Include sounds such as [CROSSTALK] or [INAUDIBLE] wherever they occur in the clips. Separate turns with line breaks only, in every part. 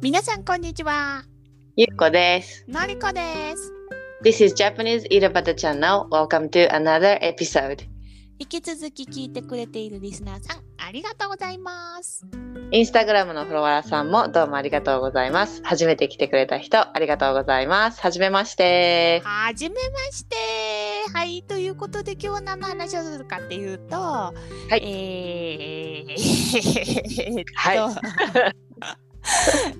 皆さんこんにちは。
ゆうこです。
のりこです。
This is Japanese Irabata Channel. Welcome to another episode.
引き続き聞いてくれているリスナーさん、ありがとうございます。
インスタグラムのフォロワーさんもどうもありがとうございます。初めて来てくれた人、ありがとうございます。はじめまして。
はじめまして。はい、ということで今日は何の話をするかっていうと、はいえー、えーっと、
はい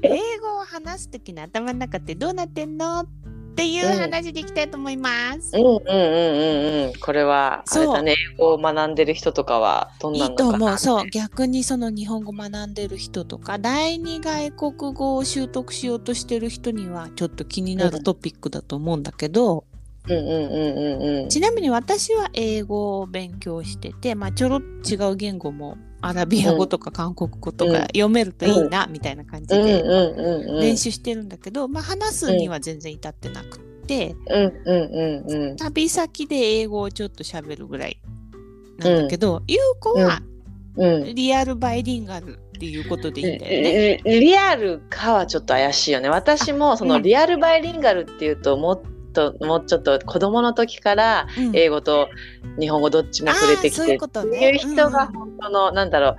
英語を話すときの頭の中ってどうなってんのっていう話でいきたいと思います。
うんうんうんうんうん。これは、あれだね、英語を学んでる人とかは、どん
い
ないの
と
か
思
な。
うそう逆にその日本語学んでる人とか第二外国語を習得しようとしてる人にはちょっと気にな
う
る
ん
トピックだと思うんだけど、
うんうんうんうんうん。
ちなみに私は英語を勉強してて、まあ、ちょろっと違う言語もアラビア語とか韓国語と
うん
か読めるといいな、みたいな感じ
うん
で
うんうんうん。
練習してるんだけど、まあ、話すには全然至ってなくて
うんうんうんうん。
旅先で英語をちょっと喋るぐらいなんだけど、ゆうこは
うん。
リアルバイリンガルっていうことでいいんだよね。
リリリアルかはちょっと怪しいよね私もその
うん
リアルバイリンガルっていうともっともうちょっと子供の時から
うん
英語と日本語どっちも触れてき
あーそうい
て
う
っ
こと
て
ね
いう人が
うん
本当のなんだろう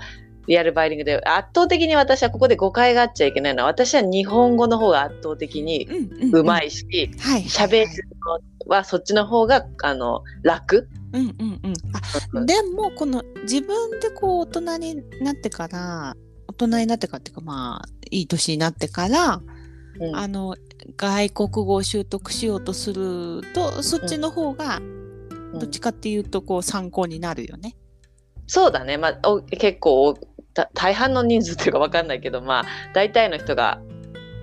リアルバイリングで圧倒的に私はここで誤解があっちゃいけないのは私は日本語の方が圧倒的に
うんうん
うま
い。
いし
はい。
喋るのはそっちの方があの楽。
うんうんうん。あでもこの自分でこう大人になってから大人になってからっていうかまあいい年になってから、
うん
あの外国語を習得しようとするとそっちの方がどっちかっていうとこう参考になるよね。
そうだね、まあ、お結構おた大半の人数っていうかわかんないけど、まあ、大体の人が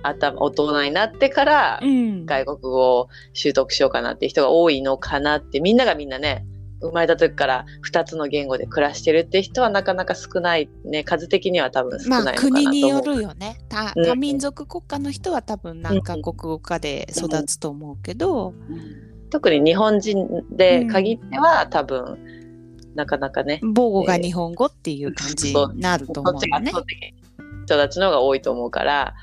頭大人になってから
ん
外国語を習得しようかなっていう人が多いのかなってみんながみんなね生まれた時から2つの言語で暮らしてるって人はなかなか少ないね数的には多分少
ま
な
あ
いのかなと思う。
国によるよねた
うん
多民族国家の人は多分何か国語科で育つと思うけど、
特に日本人で限っては、多分なかなかね
母語が日本語っていう感じになると
そ
思
っ
う
ちが
よ
圧
ね
倒。的に人たちの方が多いと思うから。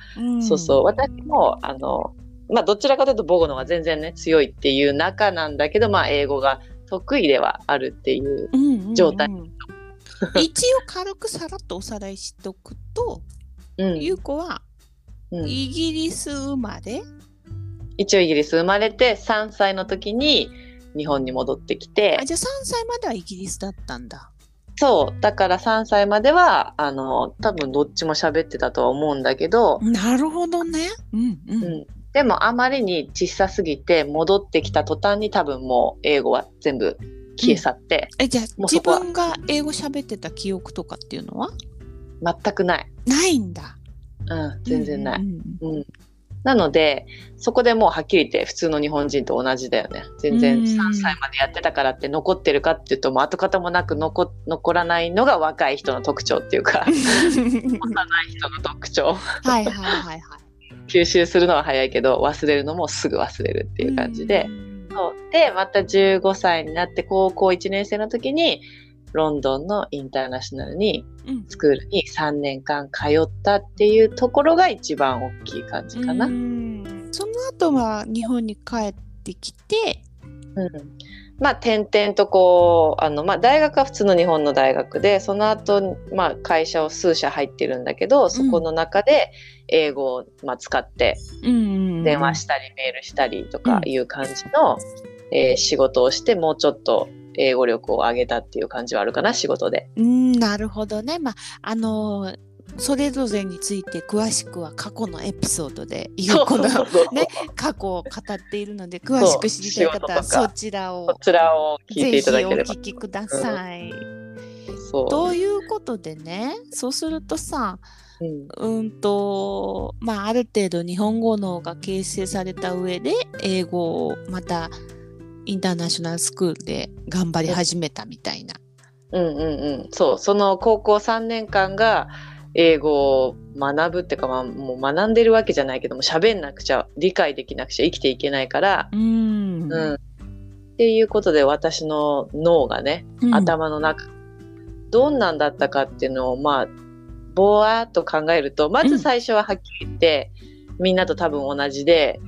そうそう私もあの、まあ、どちらかというと母語の方が全然ね強いっていう中なんだけど、まあ、英語が得意ではあるっていう。
うんうんうん
状態
一応軽くさらっとおさらいしておくと、
うん
ゆうこは
うん、
イギリス生まれ、
一応イギリス生まれて3歳の時に日本に戻ってきて
あじゃあ3歳まではイギリスだったんだ。
そうだから3歳まではあの多分どっちも喋ってたとは思うんだけど、
なるほどね。うんう。
うんん、でもあまりに小さすぎて戻ってきた途端に多分もう英語は全部消え去って、
えじゃあ
もう
自
そこは
分が英語喋ってた記憶とかっていうのは
全くない、
ないんだ。
うん、全然ない。
うんうんうん
うん、なのでそこでもうはっきり言って普通の日本人と同じだよね全然
うん
3歳までやってたからって残ってるかっていうともう跡形もなく残残らないのが若い人の特徴ってい
[LAUGHS]
うか幼い人の特徴
はいはいはいはい。
吸収するのは早いけど忘れるのもすぐ忘れるっていう感じで
う、ん
そうでまた15歳になって高校1年生の時にロンドンのインターナショナルに
うん
スクールに3年間通ったっていうところが一番大きい感じかな。
うんその後は日本に帰ってきて、
うんまあ転々とこうあの、まあ、大学は普通の日本の大学でその後、まあ会社を数社入ってるんだけどそこの中で英語を、まあ、使って電
電
話したりメールしたりとかいう感じの、えー仕事をしてもうちょっと英語力を上げたっていう感じはあるかな仕
[LAUGHS]
事で。
うん、なるほどね。まあ、あのーそれぞれについて詳しくは過去のエピソードで、ゆ
[LAUGHS]
うこの
そうそうそう
ね過去を語っているので、詳しく知りたい方
仕事と
は
か
そちらを
こちらを聞いて
ぜ
い
ひ
た
お
だければ
聞きください。
そ
ということでね、そうするとさ、
う、うん
うんと、まあ、ある程度日本語のが形成された上で、英語をまたインターナショナルスクールで頑張り始めたみたいな。
うんうんうん、そうその高校3年間が英語を学ぶっていうか、まあ、もう学んでるわけじゃないけども喋んなくちゃ理解できなくちゃ生きていけないから、
うん
うんっていうことで私の脳がね
うん
頭の中、どんなんだったかっていうのをまあぼわーっと考えるとまず最初ははっきり言って、みんなと多分同じで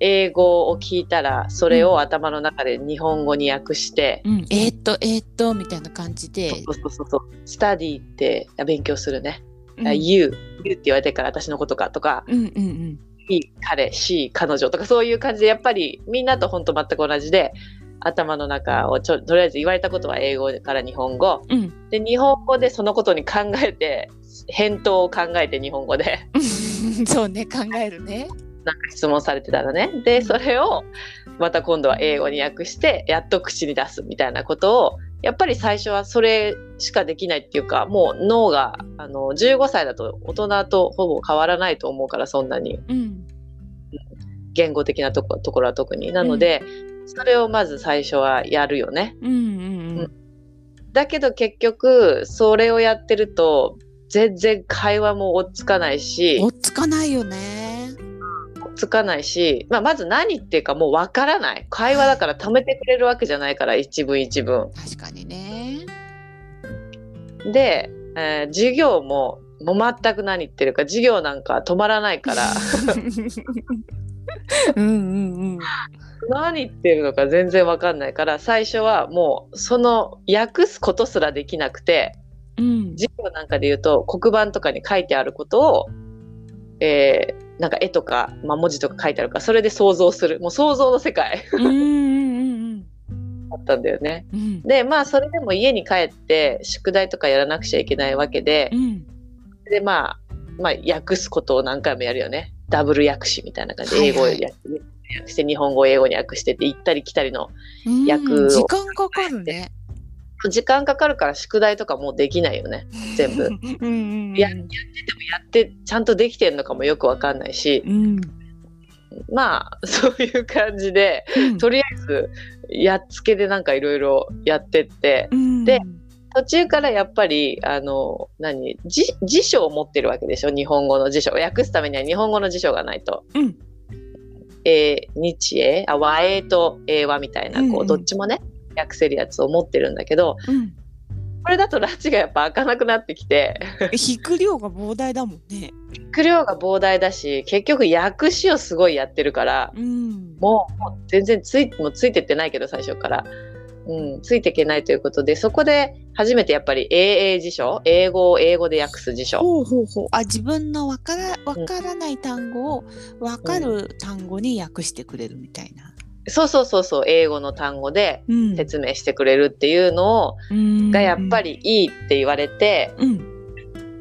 英語を聞いたらそれを頭の中で日本語に訳して、
うん、えーっとえーっとみたいな感じで、
そうそうそうそうスタディってあ勉強するね、
うん、う
あ
ん
You You って言われてから私のことかとか
うんうん、
He 彼 She 彼女とかそういう感じでやっぱりみんなと本当全く同じで頭の中をちょとりあえず言われたことは英語から日本語
うん
で日本語でそのことに考えて返答を考えて日本語で
[LAUGHS] そうね考えるね。
なんか質問されてたらねでそれをまた今度は英語に訳してやっと口に出すみたいなことをやっぱり最初はそれしかできないっていうかもう脳があの15歳だと大人とほぼ変わらないと思うからそんなに
うん
言語的なとこところは特になので、それをまず最初はやるよね
うんうんうん
だけど結局それをやってると全然会話も追っつかないし
追っつかないよね。
つかないし、まあ、まず何言っていうかもうわからない会話だから貯めてくれるわけじゃないから一文一文
確かにね。
で、えー授業ももう全く何言ってるか授業なんか止まらない
[LAUGHS]
から
うんうんうん。
何言ってるのか全然わかんないから最初はもうその訳すことすらできなくて
うん、
授業なんかで言うと黒板とかに書いてあることを、えーなんか絵とか、まあ、文字とか書いてあるからそれで想像するもう想像の世界
うんうんうん
だったんだよね。
うんうん
でまあそれでも家に帰って宿題とかやらなくちゃいけないわけで
う、ん
でまあ、まあ、訳すことを何回もやるよねダブル訳しみたいな感じで
はい
英語を
はい
訳,、して日本語を英語に訳してって行ったり来たりの
うん
役を
時間かかるね。
時間かかるから宿題とかもうできないよね全
[LAUGHS]
部や
うんうんうん
いやってちゃんとできてんのかもよくわかんないし
うん
まあそういう感じでとりあえずやっつけでなんかいろいろやってって
うん
で途中からやっぱりあの何辞辞書を持ってるわけでしょ日本語の辞書訳すためには日本語の辞書がないと
うん
英日英あ和英と英和みたいな
うん
こ
う
うんどっちもね、訳せるやつを持ってるんだけど
うん、
これだと拉致がやっぱ開かなくなってきて
引く量が膨大だもんね。
聞く量が膨大だし結局訳しをすごいやってるから
うん、
もうもう全然ついもうついてってないけど最初から、うん、ついていけないということでそこで初めてやっぱり英英辞書英語を英語で訳す辞書
ほうほうほうあ自分のわからわからない単語をわかる単語に訳してくれるみたいな。
そうそうそうそう英語の単語で
うん
説明してくれるっていうのをがやっぱ
り、
りいいって言われて、
うん、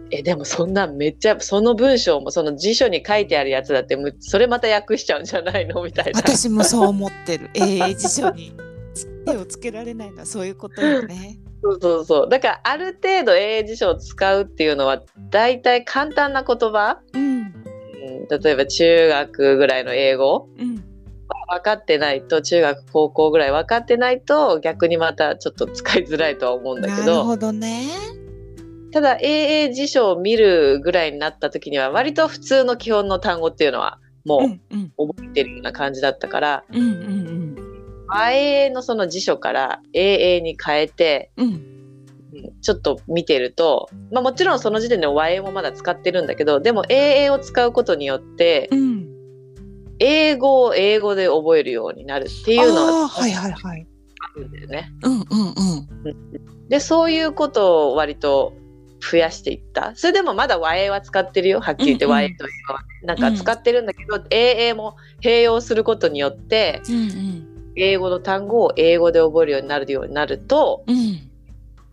えでもそんなんめっちゃその文章もその辞書に書いてあるやつだってむそれまた訳しちゃうんじゃないのみたいな
私もそう思ってる英英辞書につ手をつけられないのはそういうことよね。
そうそうそうだからある程度英辞書を使うっていうのは大体簡単な言葉、
うん
うん、例えば中学ぐらいの英語
うん
分かってないと中学高校ぐらい分かってないと逆にまたちょっと使いづらいとは思うんだ
な
け
る
ど
ほどね。
ただ英英辞書を見るぐらいになった時には割と普通の基本の単語っていうのは
う
も
んうん
う覚えてるような感じだったから
うんうん
和英のその辞書から英英に変えて
うんうん
うんちょっと見てると、まあ、もちろんその時点で和英もまだ使ってるんだけどでも英英を使うことによって
うん。
英語を英語で覚えるようになるっていうの
あ
は
あーはいはいはい。
あるんだよね。
うんうん
でそういうことを割と増やしていったそれでもまだ和英は使ってるよはっきり言って
うんうん
和英というか、なんか使ってるんだけど、英英も併用することによって
うんうん
英語の単語を英語で覚えるようになるようになると、
うん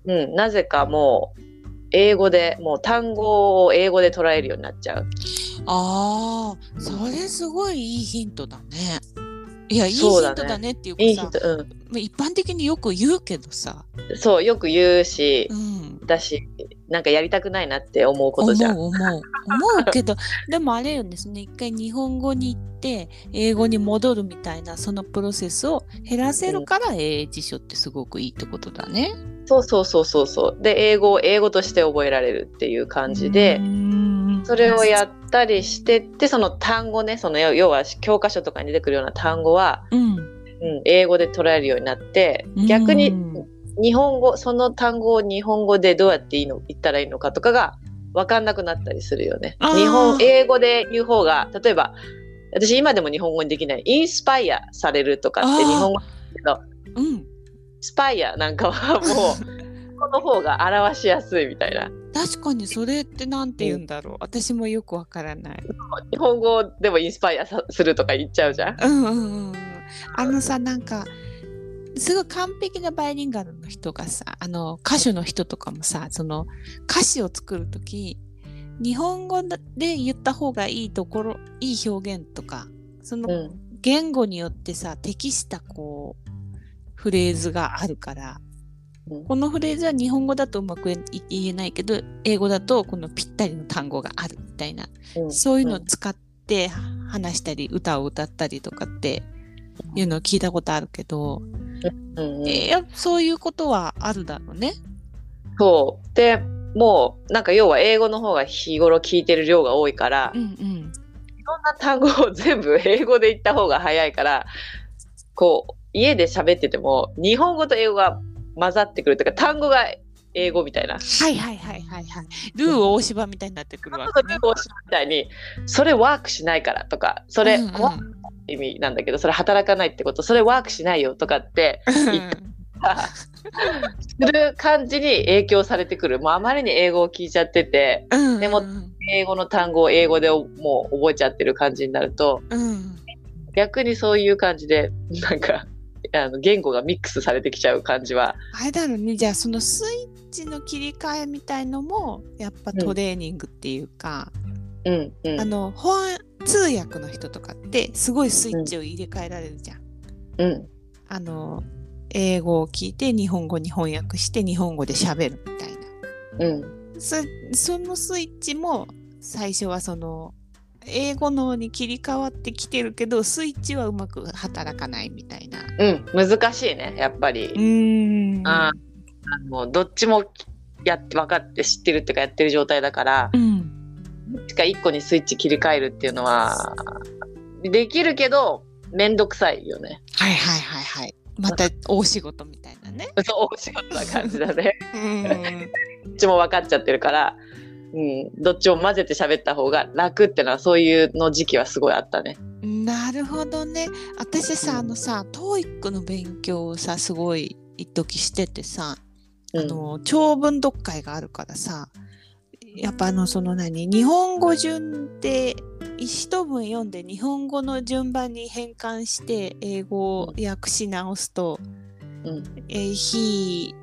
うん。
うん、なぜかもう英語でもう単語を英語で捉えるようになっちゃう
ああ、それすごいいいヒントだね。いや、いいヒン
そうだ
ト
ね
だねっていうか
いい
さ、
人、う
まあ一般的によく言うけどさ、
ん、そうよく言うし、
うん、
だしなんかやりたくないなって思うことじゃん
思う思う。思うけど、 [LAUGHS] でもあれよね、その一回日本語に行って、英語に戻るみたいな、そのプロセスを減らせるから、英辞書ってすごくいいってことだね。
そうそうそうそうそうで英語を英語として覚えられるっていう感じで。
うん
それをやったりしてってその単語ねその要要は教科書とかに出てくるような単語は、
うん、
うん、英語で捉えるようになって
うん
逆に日本語その単語を日本語でどうやっていいの言ったらいいのかとかが分かんなくなったりするよね。
あー
日本英語で言う方が例えば私今でも日本語にできないインスパイアされるとかって
あー
日本語だけど
うん
スパイアなんかは
[LAUGHS]
もうこの方が表しやすいみたいな
確かにそれってなんて言うんだろう、私もよくわからない
日本語でもインスパイアさするとか言っちゃうじゃん。
うんうんうんうんあのさなんかすごい完璧なバイリンガルの人がさあの歌手の人とかもさその歌詞を作る時日本語で言った方がいいところいい表現とかその
うん
言語によってさ適したこうフレーズがあるから、
うん
このフレーズは日本語だとうまく言え言えないけど英語だとこのぴったりの単語があるみたいな、
うん
そういうのを使って話したり歌を歌ったりとかっていうのを聞いたことあるけど、
うんうん
えやっぱそういうことはあるだろうね。
そうでもうなんか要は英語の方が日頃聞いてる量が多いから、
うんうん、
いろんな単語を全部英語で言った方が早いからこう家で喋ってても日本語と英語が混ざってくるというか単語が英語みたいな。ち
はいはいはいはいはい。ルー大芝みたいになってくる
ょ
わ
っ
け
と
ね
ル。ールを知るみたいにそれワークしないからとかそれ、
うんうん
ワークって意味なんだけどそれ働かないってことそれワークしないよとかってする感じに影響されてくるもうあまりに英語を聞いちゃってて
うんうん
でも英語の単語を英語でもう覚えちゃってる感じになると
うん
逆にそういう感じでなんかあの言語がミックスされてきちゃう感じは
あれだろうねじゃあそのスイッチの切り替えみたいのもやっぱトレーニングっていうか、
うんう
あ
ん
の翻通訳の人とかってすごいスイッチを入れ替えられるじゃん。
うん
あの英語を聞いて日本語に翻訳して日本語で喋るみたいな。
うん
そそのスイッチも最初はその英語のに切り替わってきてるけどスイッチはうまく働かないみたいな。
うん難しいねやっぱり、
ん
ああのどっちもやって分かって知ってるっていうかやってる状態だから
うん
どっちか1個にスイッチ切り替えるっていうのはできるけど面倒くさいよね
はいはいはいはい。また大仕事みたいなね。
そうお仕事な感じだね
うん
どっちも分かっちゃってるから、うん、どっちも混ぜて喋った方が楽ってのはそういうの時期はすごいあったね
なるほどね。私
うん
さ、あのさ、TOEIC の勉強をさ、すごい一時しててさ、
うん
あの長文読解があるからさ、やっぱあのその何、日本語順で一文読んで日本語の順番に変換して英語を訳し直すと、
うん
えー He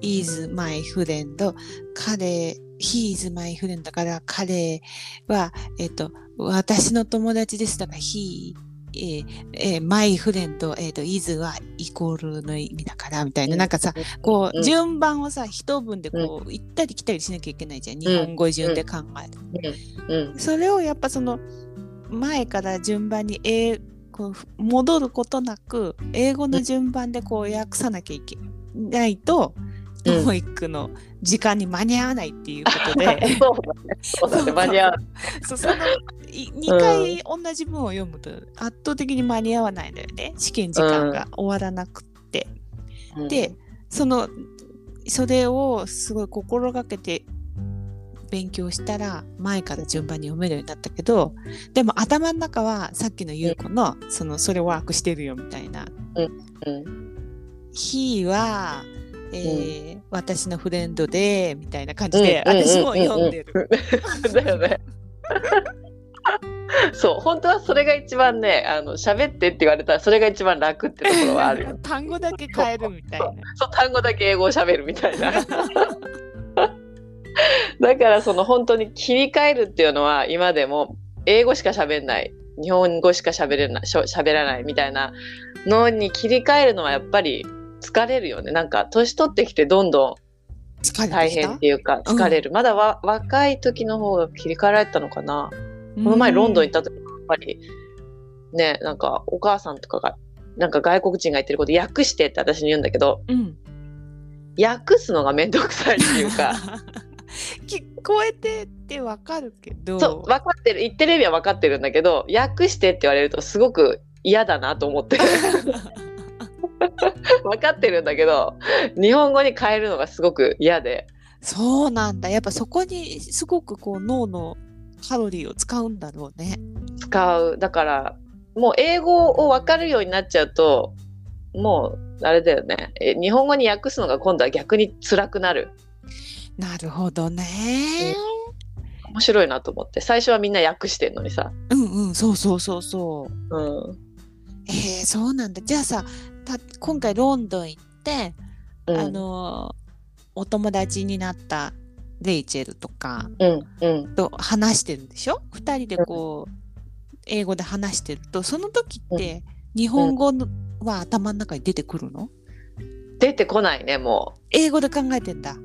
is my friend 彼 He is my friend だから彼は、えっと私の友達ですだから He えーえー、my friend、えっ、と、is はイコールの意味だから、みたいな。なんかさ、こう、
うん
順番をさ、一文でこう、行ったり来たりしなきゃいけないじゃん。日本語順で考えて。
うん
それをやっぱその、前から順番に英こう戻ることなく英語の順番でこう訳さなきゃいけないと、
う
ト
ん
ーイックの時間に間に合わないっていうこと
そうだ
で
ね [LAUGHS] そうだね間に合う
[LAUGHS] そうその2回同じ文を読むと圧倒的に間に合わないんだよね試験時間が終わらなくって、でそのそれをすごい心がけて勉強したら前から順番に読めるようになったけどでも頭の中はさっきの優子のそのそれワークしてるよみたいな
うん
「He は、えー私のフレンドで」みたいな感じで、
うんうんうん
私も読んでる。
[LAUGHS] だよねそう本当はそれが一番ねあの喋ってって言われたらそれが一番楽ってところはあるよ
単語だけ変えるみたいな。
そう単語だけ英語を喋るみたいな [LAUGHS] だからその本当に切り替えるっていうのは今でも英語しか喋んない日本語しか喋れないしょ喋らないみたいなのに切り替えるのはやっぱり疲れるよねなんか年取ってきてどんどん
疲
大
れてき
変
た
っていうか
うん
疲れる、まだわ若い時の方が切り替えられたのかな、この前ロンドン行った時もやっぱりねなんかお母さんとかがなんか外国人が言ってること訳してって私に言うんだけど
うん
訳すのが面倒くさいってい
[LAUGHS]
うか
聞こえてってわかるけど
そう分かってる言ってる意味は分かってるんだけど訳してって言われるとすごく嫌だなと思って分かってるんだけど日本語に変えるのがすごく嫌で
そうなんだやっぱそこにすごくこう脳のカロリーを使うんだろうね。
使うだからもう英語を分かるようになっちゃうともうあれだよねえ日本語に訳すのが今度は逆に辛くなる
なるほどね。
面白いなと思って最初はみんな訳してんのにさ、
うんうんそうそうそうそう。
うん
えー、そうなんだじゃあさた今回ロンドン行って、
うん、
あのーお友達になったレイチェルとか
うんうん
と話してるんでしょ二人でこう英語で話してるとその時って日本語のは頭の中に出てくるの
出てこないねも
英語で考えてんだ。
う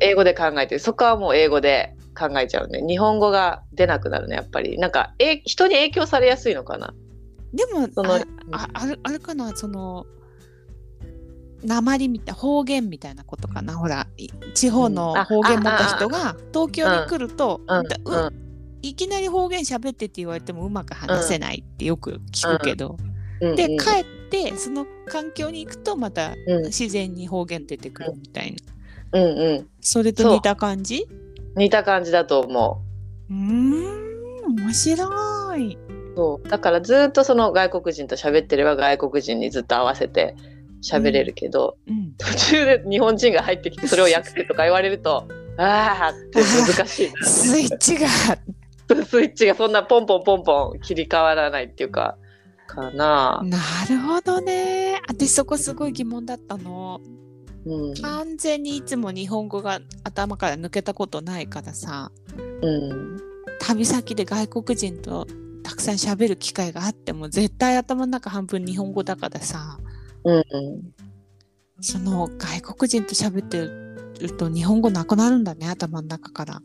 英語で考えてるそこはもう英語で考えちゃうね日本語が出なくなるねやっぱりなんかえ人に影響されやすいのかな
でも
その
あああるあれかなその鉛みたい方言みたいなことかなほらい地方
うん
の
あ
方言持っ
あ
た
あ
人が東京に来ると、
うん
だう
うん
いきなり方言喋ってって言われてもうまく話せないってよく聞くけど、
うん
で
うん
帰ってその環境に行くとまた
うん
自然に方言出てくるみたいな、
うんうん
それと似た感じ
似た感じだと思
うーん面白いう
そうだからずっとその外国人と喋ってれば外国人にずっと合わせて喋れるけど、 [LAUGHS]
うん
途中で日本人が入ってきてそれを訳せとか言われると [LAUGHS] あーって難しい [LAUGHS] な
スイッチが
スイッチがそんなポンポンポンポン切り替わらないっていうかかな、
なるほどね私そこすごい疑問だったの
うん
完全にいつも日本語が頭から抜けたことないからさ
うん、
旅先で外国人とたくさん喋る機会があっても絶対頭の中半分日本語だからさ
うん、
その外国人と喋ってると日本語なくなるんだね頭の中から。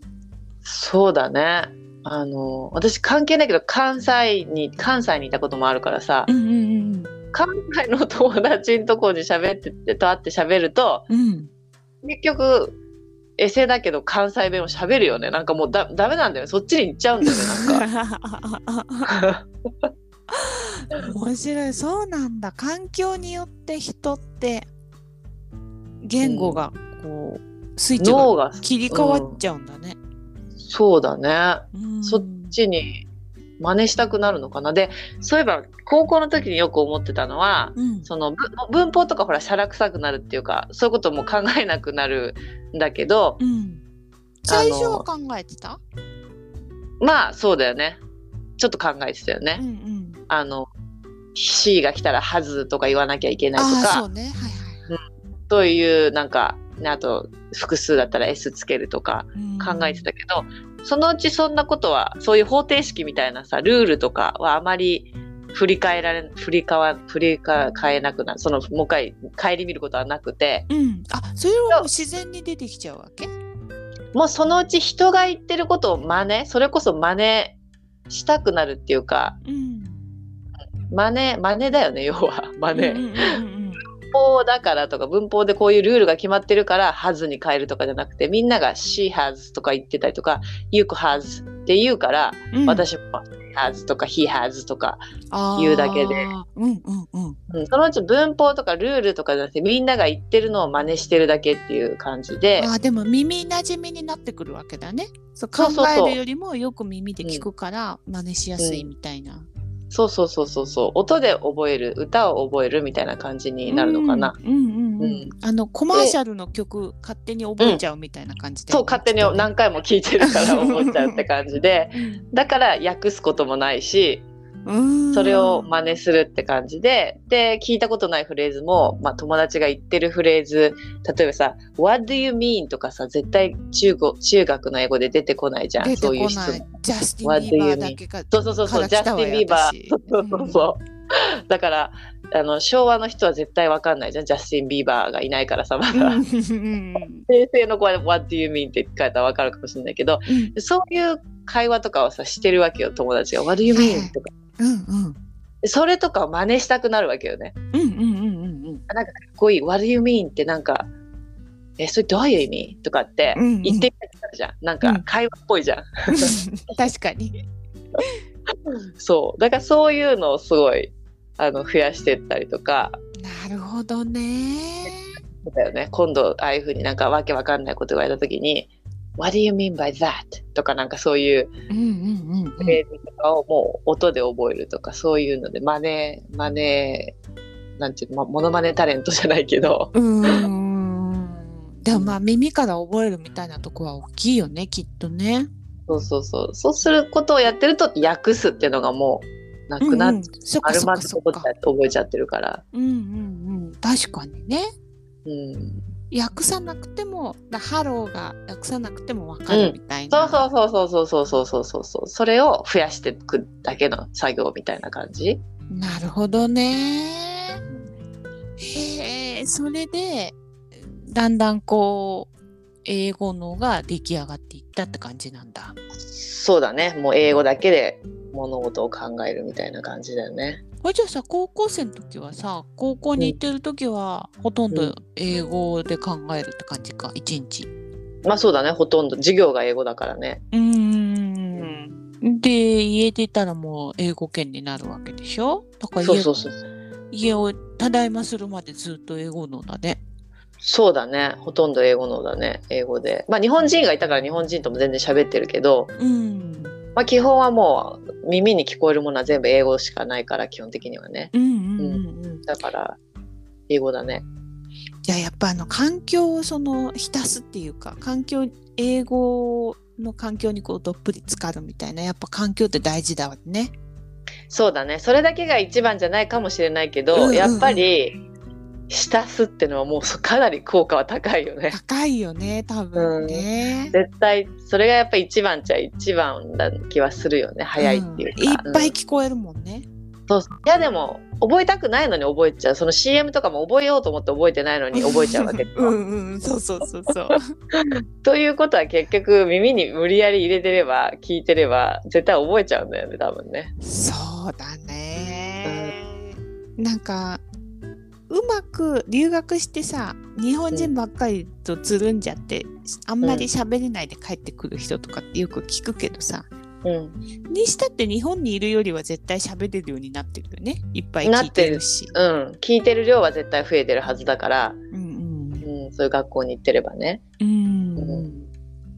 そうだねあの私関係ないけど関西に関西にいたこともあるからさ
うんうん
関西の友達のとこに喋っててと会って喋ると
うんうん。
結局エセだけど関西弁を喋るよねなんかもうだダメなんだよねそっちに行っちゃうんだよねなんか
[LAUGHS] 面白いそうなんだ環境によって人って言語がこうスイッチ
脳
が
が
切り替わっちゃうんだね。
そうだね
うん
そっちに真似したくなるのかなでそういえば高校の時によく思ってたのは
うん
そのぶ文法とかほらしゃらくさくなるっていうかそういうことも考えなくなるんだけど
うん、最初
あ
は
の
考えてた
まあそうだよねちょっと考えてたよ
うん
ね。
うん。
あの C が来たら「はず」とか言わなきゃいけないと
ああ、そ
か
うね。はいはい。
そういうなんかねあと複数だったら S つけるとか考えてたけど、そのうちそんなことはそういう方程式みたいなさルールとかはあまり振り返られ振りかわ振りか変えなくなるそのもう一回帰り見ることはなくて
うん。うん、あそれはもう自然に出てきちゃうわけ
もうそのうち人が言ってることを真似それこそ真似したくなるっていうか
うん。
真似真似だよね要は真似、
うんうんうん
文法だからとか文法でこういうルールが決まってるから「はず」に変えるとかじゃなくてみんなが「she has」とか言ってたりとか「you has」って言うから、
うんうん、
私も「has」とか「he has」とか言
言
うだけで。
うんうんうん。
うんそのうち文法とかルールとかじゃなくてみんなが言ってるのを真似してるだけっていう感じで
あーでも耳なじみになってくるわけだね。そう考
そうそうそう
えるよりもよく耳で聞くから真似しやすいみたいな。
そうそうそうそうそう音で覚える歌を覚えるみたいな感じになるのかな、
うんうんうんう
うんん。
あのコマーシャルの曲勝手に覚えちゃうみたいな感じで、
そう勝手に何回も聞いてるから
[LAUGHS]
覚えちゃうって感じでだから訳すこともないし
うん
それを真似するって感じでで聞いたことないフレーズも、まあ、友達が言ってるフレーズ例えばさ「What do you mean?」とかさ絶対中国中学の英語で出てこないじゃん
出て
そ
こ
ういう
な
質
い
問。
ジャスティ
What
ン・ビー
do you
バーだ
mean？
けが
そうそうそうそうジャスティン・ビーバーそうそうそうそうだからあの昭和の人は絶対わかんないじゃんジャスティン・ビーバーがいないからさまだ、
うん
平成の子は「What do you mean?」って書いたらわかるかもしれないけど
うん
そういう会話とかをさしてるわけよ友達が「What do you
はいはい
mean?」とか
うんうん
それとかを真似したくなるわけよね。
うんうんうんうんうん
かっこいい「What do you mean?」ってなんか「えそれどういう意味?」とかって
うんうん
言ってみたくなるじゃん、なん
う
か
ん
会話っぽいじゃん、
確かに。
そうだからそういうのをすごいあの増やしてったりとか、
なるほどね。
ことだよね。今度、ああいうふうになんかわけわかんないこと言われたときに、What do you mean by that? とかなんかそういう
うんうんうん
フ
うん
レーズとかをもう音で覚えるとか、そういうので、真似、真似、なんていうの、まモノマネタレントじゃないけど、
うーんでもまあ耳から覚えるみたいなとこは大きいよねきっとね。
そうそうそう、そうすることをやってると、訳すっていうのがもうなくなっ
う
て、
んうん、そっか
丸
そっ
ま
か
ず
そっ
覚
か。
えちゃ覚えちゃってるから。
うんうんうん、確かにね
うん、
訳さなくてもだハローが訳さなくても分かるみたいな、
そうそうそうそうそうそうそうそうそうそれを増やしていくだけの作業みたいな感じ
なるほどね。へえそれでだんだんこう英語のが出来上がっていったって感じなんだ。
そうだねもう英語だけで物事を考えるみたいな感じだよね
あじゃあさ高校生の時はさ高校に行ってる時はほとん
う
ど
ん
英語で考えるって感じか一日。
まあそうだねほとんど授業が英語だからね
うーん。で家出たらもう英語圏になるわけでしょだから家
そうそうそう
家をただいまするまでずっと英語のだね。
そうだねほとんど英語のだね英語でまあ日本人がいたから日本人とも全然喋ってるけど、
うん。
まあ、基本はもう耳に聞こえるものは全部英語しかないから基本的にはね
うんうんうんうん。
だから英語だね
じゃあやっぱあの環境をその浸すっていうか環境英語の環境にこうどっぷり浸かるみたいなやっぱ環境って大事だわね。
そうだねそれだけが一番じゃないかもしれないけど、
うんうんうん
やっぱり浸すってのはもうそかなり効果は高いよ
[LAUGHS]
ね
高いよね多分ね。
絶対それがやっぱ一番じゃ一番な気はするよね早いっていうか、
んいっぱい
うん
聞こえるもんね。
そうそういやでも覚えたくないのに覚えちゃうその CM とかも覚えようと思って覚えてないのに覚えちゃうわけ
[LAUGHS] う、んうんそうそうそうそう。
[LAUGHS] ということは結局耳に無理やり入れてれば聞いてれば絶対覚えちゃうんだよね多分ね
そうだね。なんかうまく留学してさ日本人ばっかりとつるんじゃって、あんまり喋れないで帰ってくる人とかってよく聞くけどさ、
うん
にしたって日本にいるよりは絶対喋れるようになってるよねいっぱい聞いてるし
うん聞いてる量は絶対増えてるはずだから、
うん
うん、そういう学校に行ってればね
うん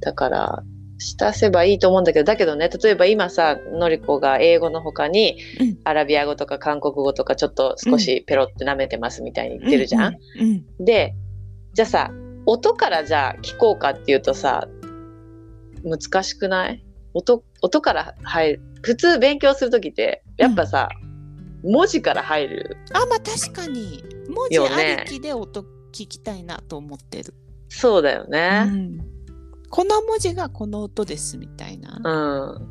だから浸せばいいと思うんだけどだけどね例えば今さのりこが英語の他に、
うん
アラビア語とか韓国語とかちょっと少しペロって舐めてますみたいに言ってるじゃん。
うん
でじゃあさ音からじゃあ聞こうかっていうとさ難しくない音音から入る普通勉強する時ってやっぱさ、文字から入る
あまあ確かに文字
よね
ありきで音聞きたいなと思ってる、
そうだよね。
うんこの文字がこの音ですみたいな、
うん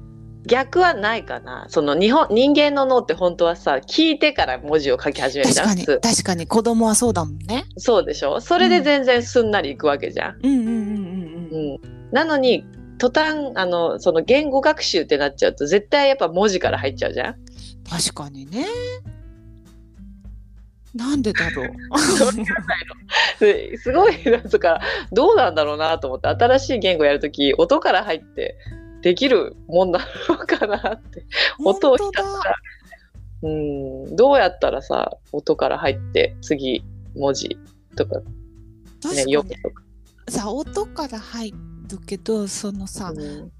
逆はないかなその日本人間の脳って本当はさ聞いてから文字を書き始める
確
じゃ
か
ん
に
普通
確かに子供はそうだもんね
そうでしょそれで全然すんなりいくわけじゃん。
うんうんうん
う
うん
んなのに途端あのその言語学習ってなっちゃうと絶対やっぱ文字から入っちゃうじゃん。 [LAUGHS]
確かにねなんでだろう
ですごいなんとかどうなんだろうなと思って新しい言語やるとき音から入ってできるもんなのかなって。音をひたすらうんどうやったらさ音から入って次文字とか
[LAUGHS] 本当
ね
だ
読
確
む
か
とか。
にさ音から入るけどそのさ、
うん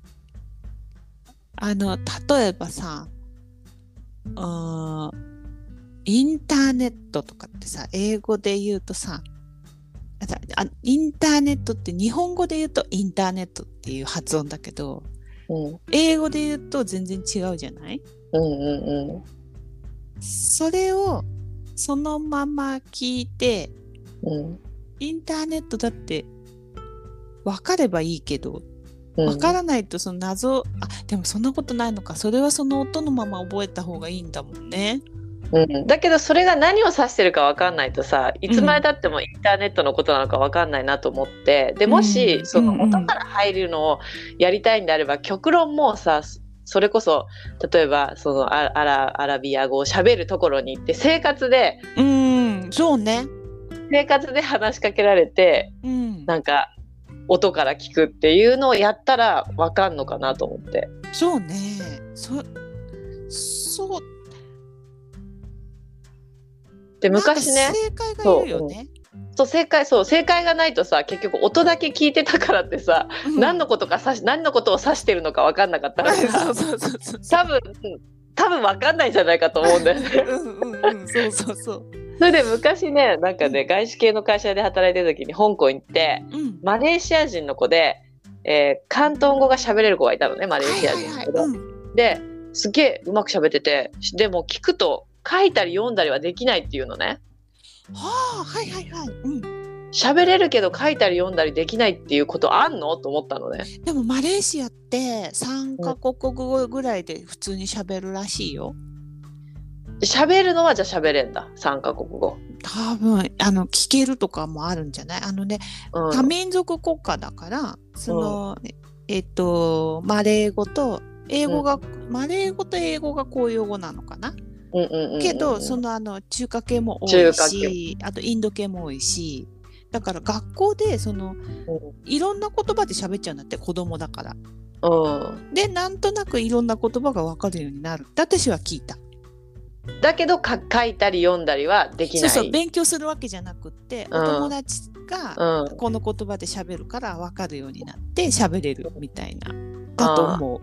あの例えばさうーんインターネットとかってさ英語で言うとさあさあインターネットって日本語で言うとインターネットっていう発音だけど
うん
英語で言うと全然違うじゃない
うんうんうん
それをそのまま聞いて
うん
インターネットだって分かればいいけど
うん
わからないとその謎あでもそんなことないのかそれはその音のまま覚えた方がいいんだもんね。
うんだけどそれが何を指してるかわかんないとさいつまでたってもインターネットのことなのかわかんないなと思ってでも
う
し
ん
そ
うん
の
うん
音から入るのをやりたいんであれば極論もうさそれこそ例えばそのアアラアラビア語を喋るところに行って生活で
うーんそうね。
生活で話しかけられて
うん、
なんか音から聞くっていうのをやったらわかんのかなと思って。
そうね。そそう
で昔
な
ね
んか正解がいるよね。
と正解そう正解がないとさ結局音だけ聞いてたからってさ、
うん
何のことかさし何のことを指してるのか分かんなかった
[LAUGHS]
ら
そ
さ
うそうそうそう
多分多分分かんないんじゃないかと思うんだよね。
[LAUGHS] うんうんうんそうそうそう
それで昔ねなんかね外資系の会社で働いてる時に香港行って
うん
マレーシア人の子で、えー広東語が喋れる子がいたのねマレーシア人の子で。
うん
ですげえうまく喋っててでも聞くと書いたり読んだりはできないっていうのね
はあはいはいはいうん
喋れるけど書いたり読んだりできないっていうことあんのと思ったのね
でもマレーシアって三カ国語ぐらいで普通に喋るらしいよ
喋るのはじゃあ喋れんだ3カ国語、
多分あの聞けるとかもあるんじゃないあのね
うん、
多民族国家だからその、えっとマレー語と英語が、マレー語と英語が公用語なのかな、
うんうんうんうん
けどそのあの中華系も多
中
い
華
しあとインド系も多いしだから学校でそのいろんな言葉で喋っちゃうんだって子供だから
うん、
でなんとなくいろんな言葉が分かるようになるって私は聞いた
だけどか書いたり読んだりはでき
そ
な
う
い
そう勉強するわけじゃなくって、
うん
お友達が
うん、
この言葉で喋るから分かるようになって喋れるみたいなだと思う。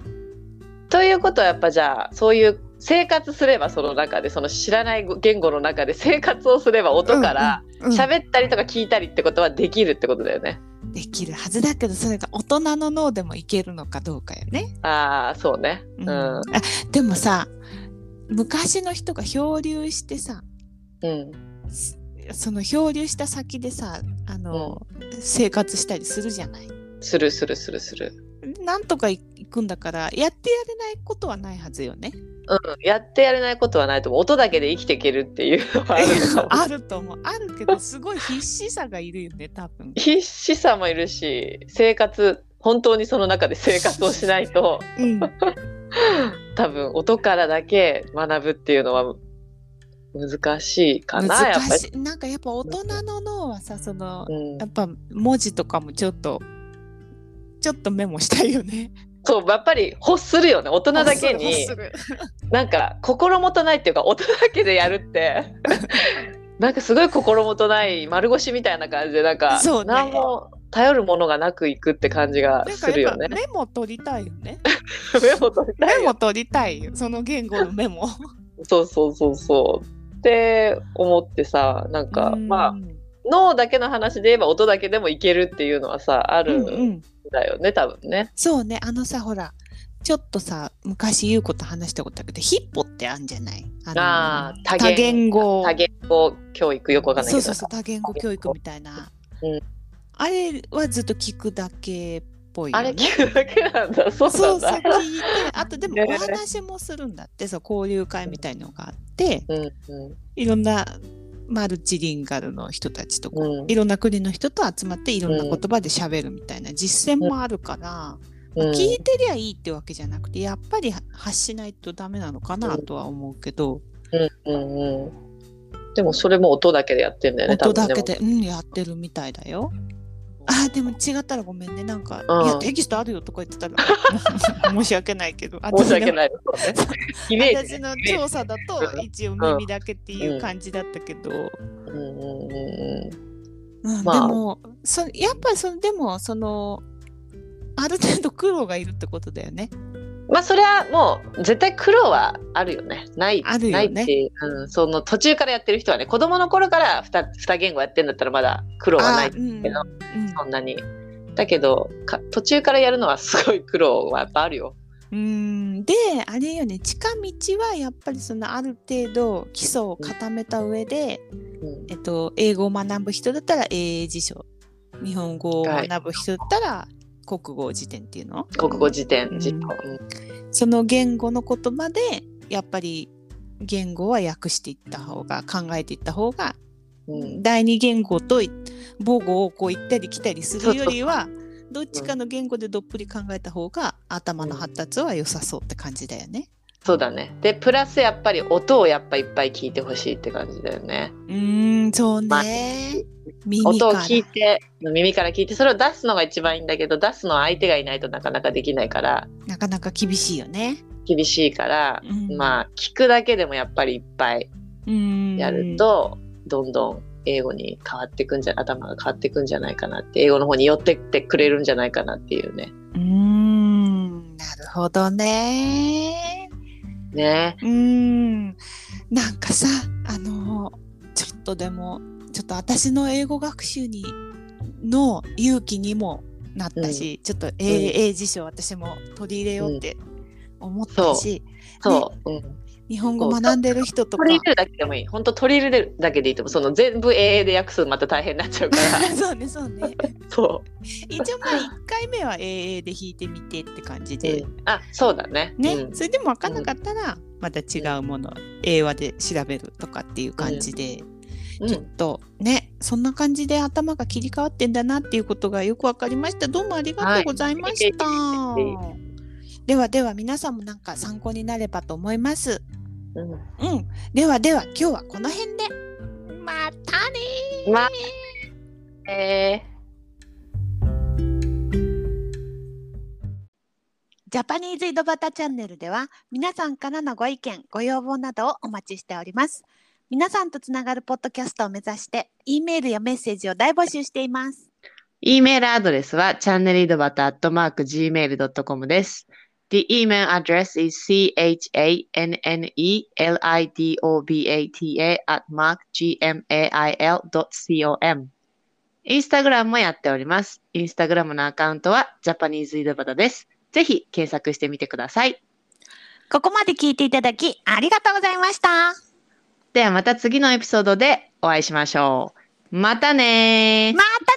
ということはやっぱじゃあそういう生活すればその中でその知らない言語の中で生活をすれば音から
うんうん
喋ったりとか聞いたりってことはできるってことだよね。
できるはずだけどそれが大人の脳でもいけるのかどうかよね。
ああそうね。う
うん
ん。
あでもさ昔の人が漂流してさ
うん。
すその漂流した先でさあの、生活したりするじゃない。
するするするする。
なんとかい行くんだからやってやれないことはないはずよね。
うん。やってやれないことはないと思う。音だけで生きていけるっていうのはある
[LAUGHS]
かも。
あると思うあるけどすごい必死さがいるよね多
[LAUGHS]
分。
必死さもいるし、生活本当にその中で生活をしない
[LAUGHS]
と、
うん
多分音からだけ学ぶっていうのは難しいかな。やっぱ
難
り。
しいなんかやっぱ大人の脳はさその
うん
や、っぱ文字とかもちょっとちょっとメモしたいよね。
そうやっぱり欲するよね大人だけに
[LAUGHS] すぐす
なんか心もとないっていうか大人だけでやるって [LAUGHS] なんかすごい心もとない丸腰みたいな感じでなんか
そうね
何も頼るものがなくいくって感じが
ぐなん
す
か
る
や
よ
っぱ
ね。
メモ取りたいよね。
メ [LAUGHS] モ取りたい
メモ取りたいよその言語のメ
[LAUGHS]
モ。
そうそうそうそうって思ってさなんか
うん
まあ脳だけの話で言えば音だけでもいけるっていうのはさあ
う
る
んうんん、
だよね多分ね。
そうねあのさほらちょっとさ昔優子と話したことあるけどヒッポってあんじゃないあの
あー多
多
言
言語
多言語教育よくわかんない
そ
け
う
ど
そうそう多言語教育みたいな、
うん
あれはずっと聞くだけっぽいよ
あ
ね。
れ聞くだけなんだそう
そ
なん
うそう
だ。
聞いてあと
[LAUGHS]
でも
ね
お話もするんだってそう交流会みたいのがあって
うんうん
いろんなマルチリンガルの人たちとか、
うん
いろんな国の人と集まっていろんな言葉で喋るみたいな実践もあるから、
うん
聞いてりゃいいってわけじゃなくてやっぱり発しないとダメなのかなとは思うけど、
うんうん、でもそれも音だけでやってんだよね
音だ
多
け
分ね
で、うん、やってるみたいだよ。あーでも違ったらごめんねなんか、
うん
いやテキストあるよとか言ってたら [LAUGHS] 申し訳ないけどあ
申し訳
でも [LAUGHS]
ないそうねイメージ
私の調査だと一応耳だけっていう感じだったけど、
うんうんうんうん
うん
まあ
でもそやっぱりそのでもそのある程度苦労がいるってことだよね。
まあそれはもう絶対苦労はあるよねない
あるよね
ないって、うん、その途中からやってる人はね子供の頃から 2, 二言語やってんだったらまだ苦労はない
あうん
けど
うん
そんなにだけどか途中からやるのはすごい苦労はやっぱあるよ
うんであれよね近道はやっぱりそのある程度基礎を固めた上で、
うん
えっと、英語を学ぶ人だったら英辞書日本語を学ぶ人だったら国語辞典っていうの
国語辞典
うん
辞典うん
その言語の言葉でやっぱり言語は訳していった方が考えていった方が、
うん
第二言語とい母語をこう行ったり来たりするよりはどっちかの言語でどっぷり考えた方が頭の発達は良さそうって感じだよね。
そうだねでプラスやっぱり音をやっぱいっぱい聞いてほしいって感じだよね
うーんそう
まあ
ね。耳
音を
から
聞いて耳から聞いてそれを出すのが一番いいんだけど出すのは相手がいないとなかなかできないから
なかなか厳しいよね。
厳しいから、
うん
まあ聞くだけでもやっぱりいっぱいやると、どんどん英語に変わってくんじゃ頭が変わってくんじゃないかなって英語の方に寄ってってくれるんじゃないかなっていうね。
うーんなるほどね。
ね
うーんなんかさあのちょっとでもちょっと私の英語学習にの勇気にもなったし、ちょっと英英辞書を私も取り入れようって思ったし、
そう、うん、
日本語学んでる人とか
取り入れるだけでもいい本当取り入れるだけでいいと思うその全部 AA で訳すのまた大変になっちゃうから
[LAUGHS]
[LAUGHS]
そうねそうね
そう、
一応まあ1回目は AA で弾いてみてって感じで、
うん、あそうだね
ね、
うん
それでも分かんなかったらまた違うもの、英和で調べるとかっていう感じで、
う
ちょっ
ん、
とねそんな感じで頭が切り替わってんだなっていうことがよく分かりましたどうもありがとうございました、
はい
ではでは皆さんもなんか参考になればと思います
うん
うんではでは今日はこの辺でまたねー
まあ、え
ジャパニーズ井戸端チャンネルでは皆さんからのご意見ご要望などをお待ちしております皆さんとつながるポッドキャストを目指して E メールやメッセージを大募集しています
E メールアドレスは channelidobata.gmail.com です。The email address is chanelidobata at mark gmail.com インスタグラムもやっております。インスタグラムのアカウントはジャパニーズイドバタです。ぜひ検索してみてください。
ここまで聞いていただきありがとうございました
ではまた次のエピソードでお会いしましょう。またねー
またね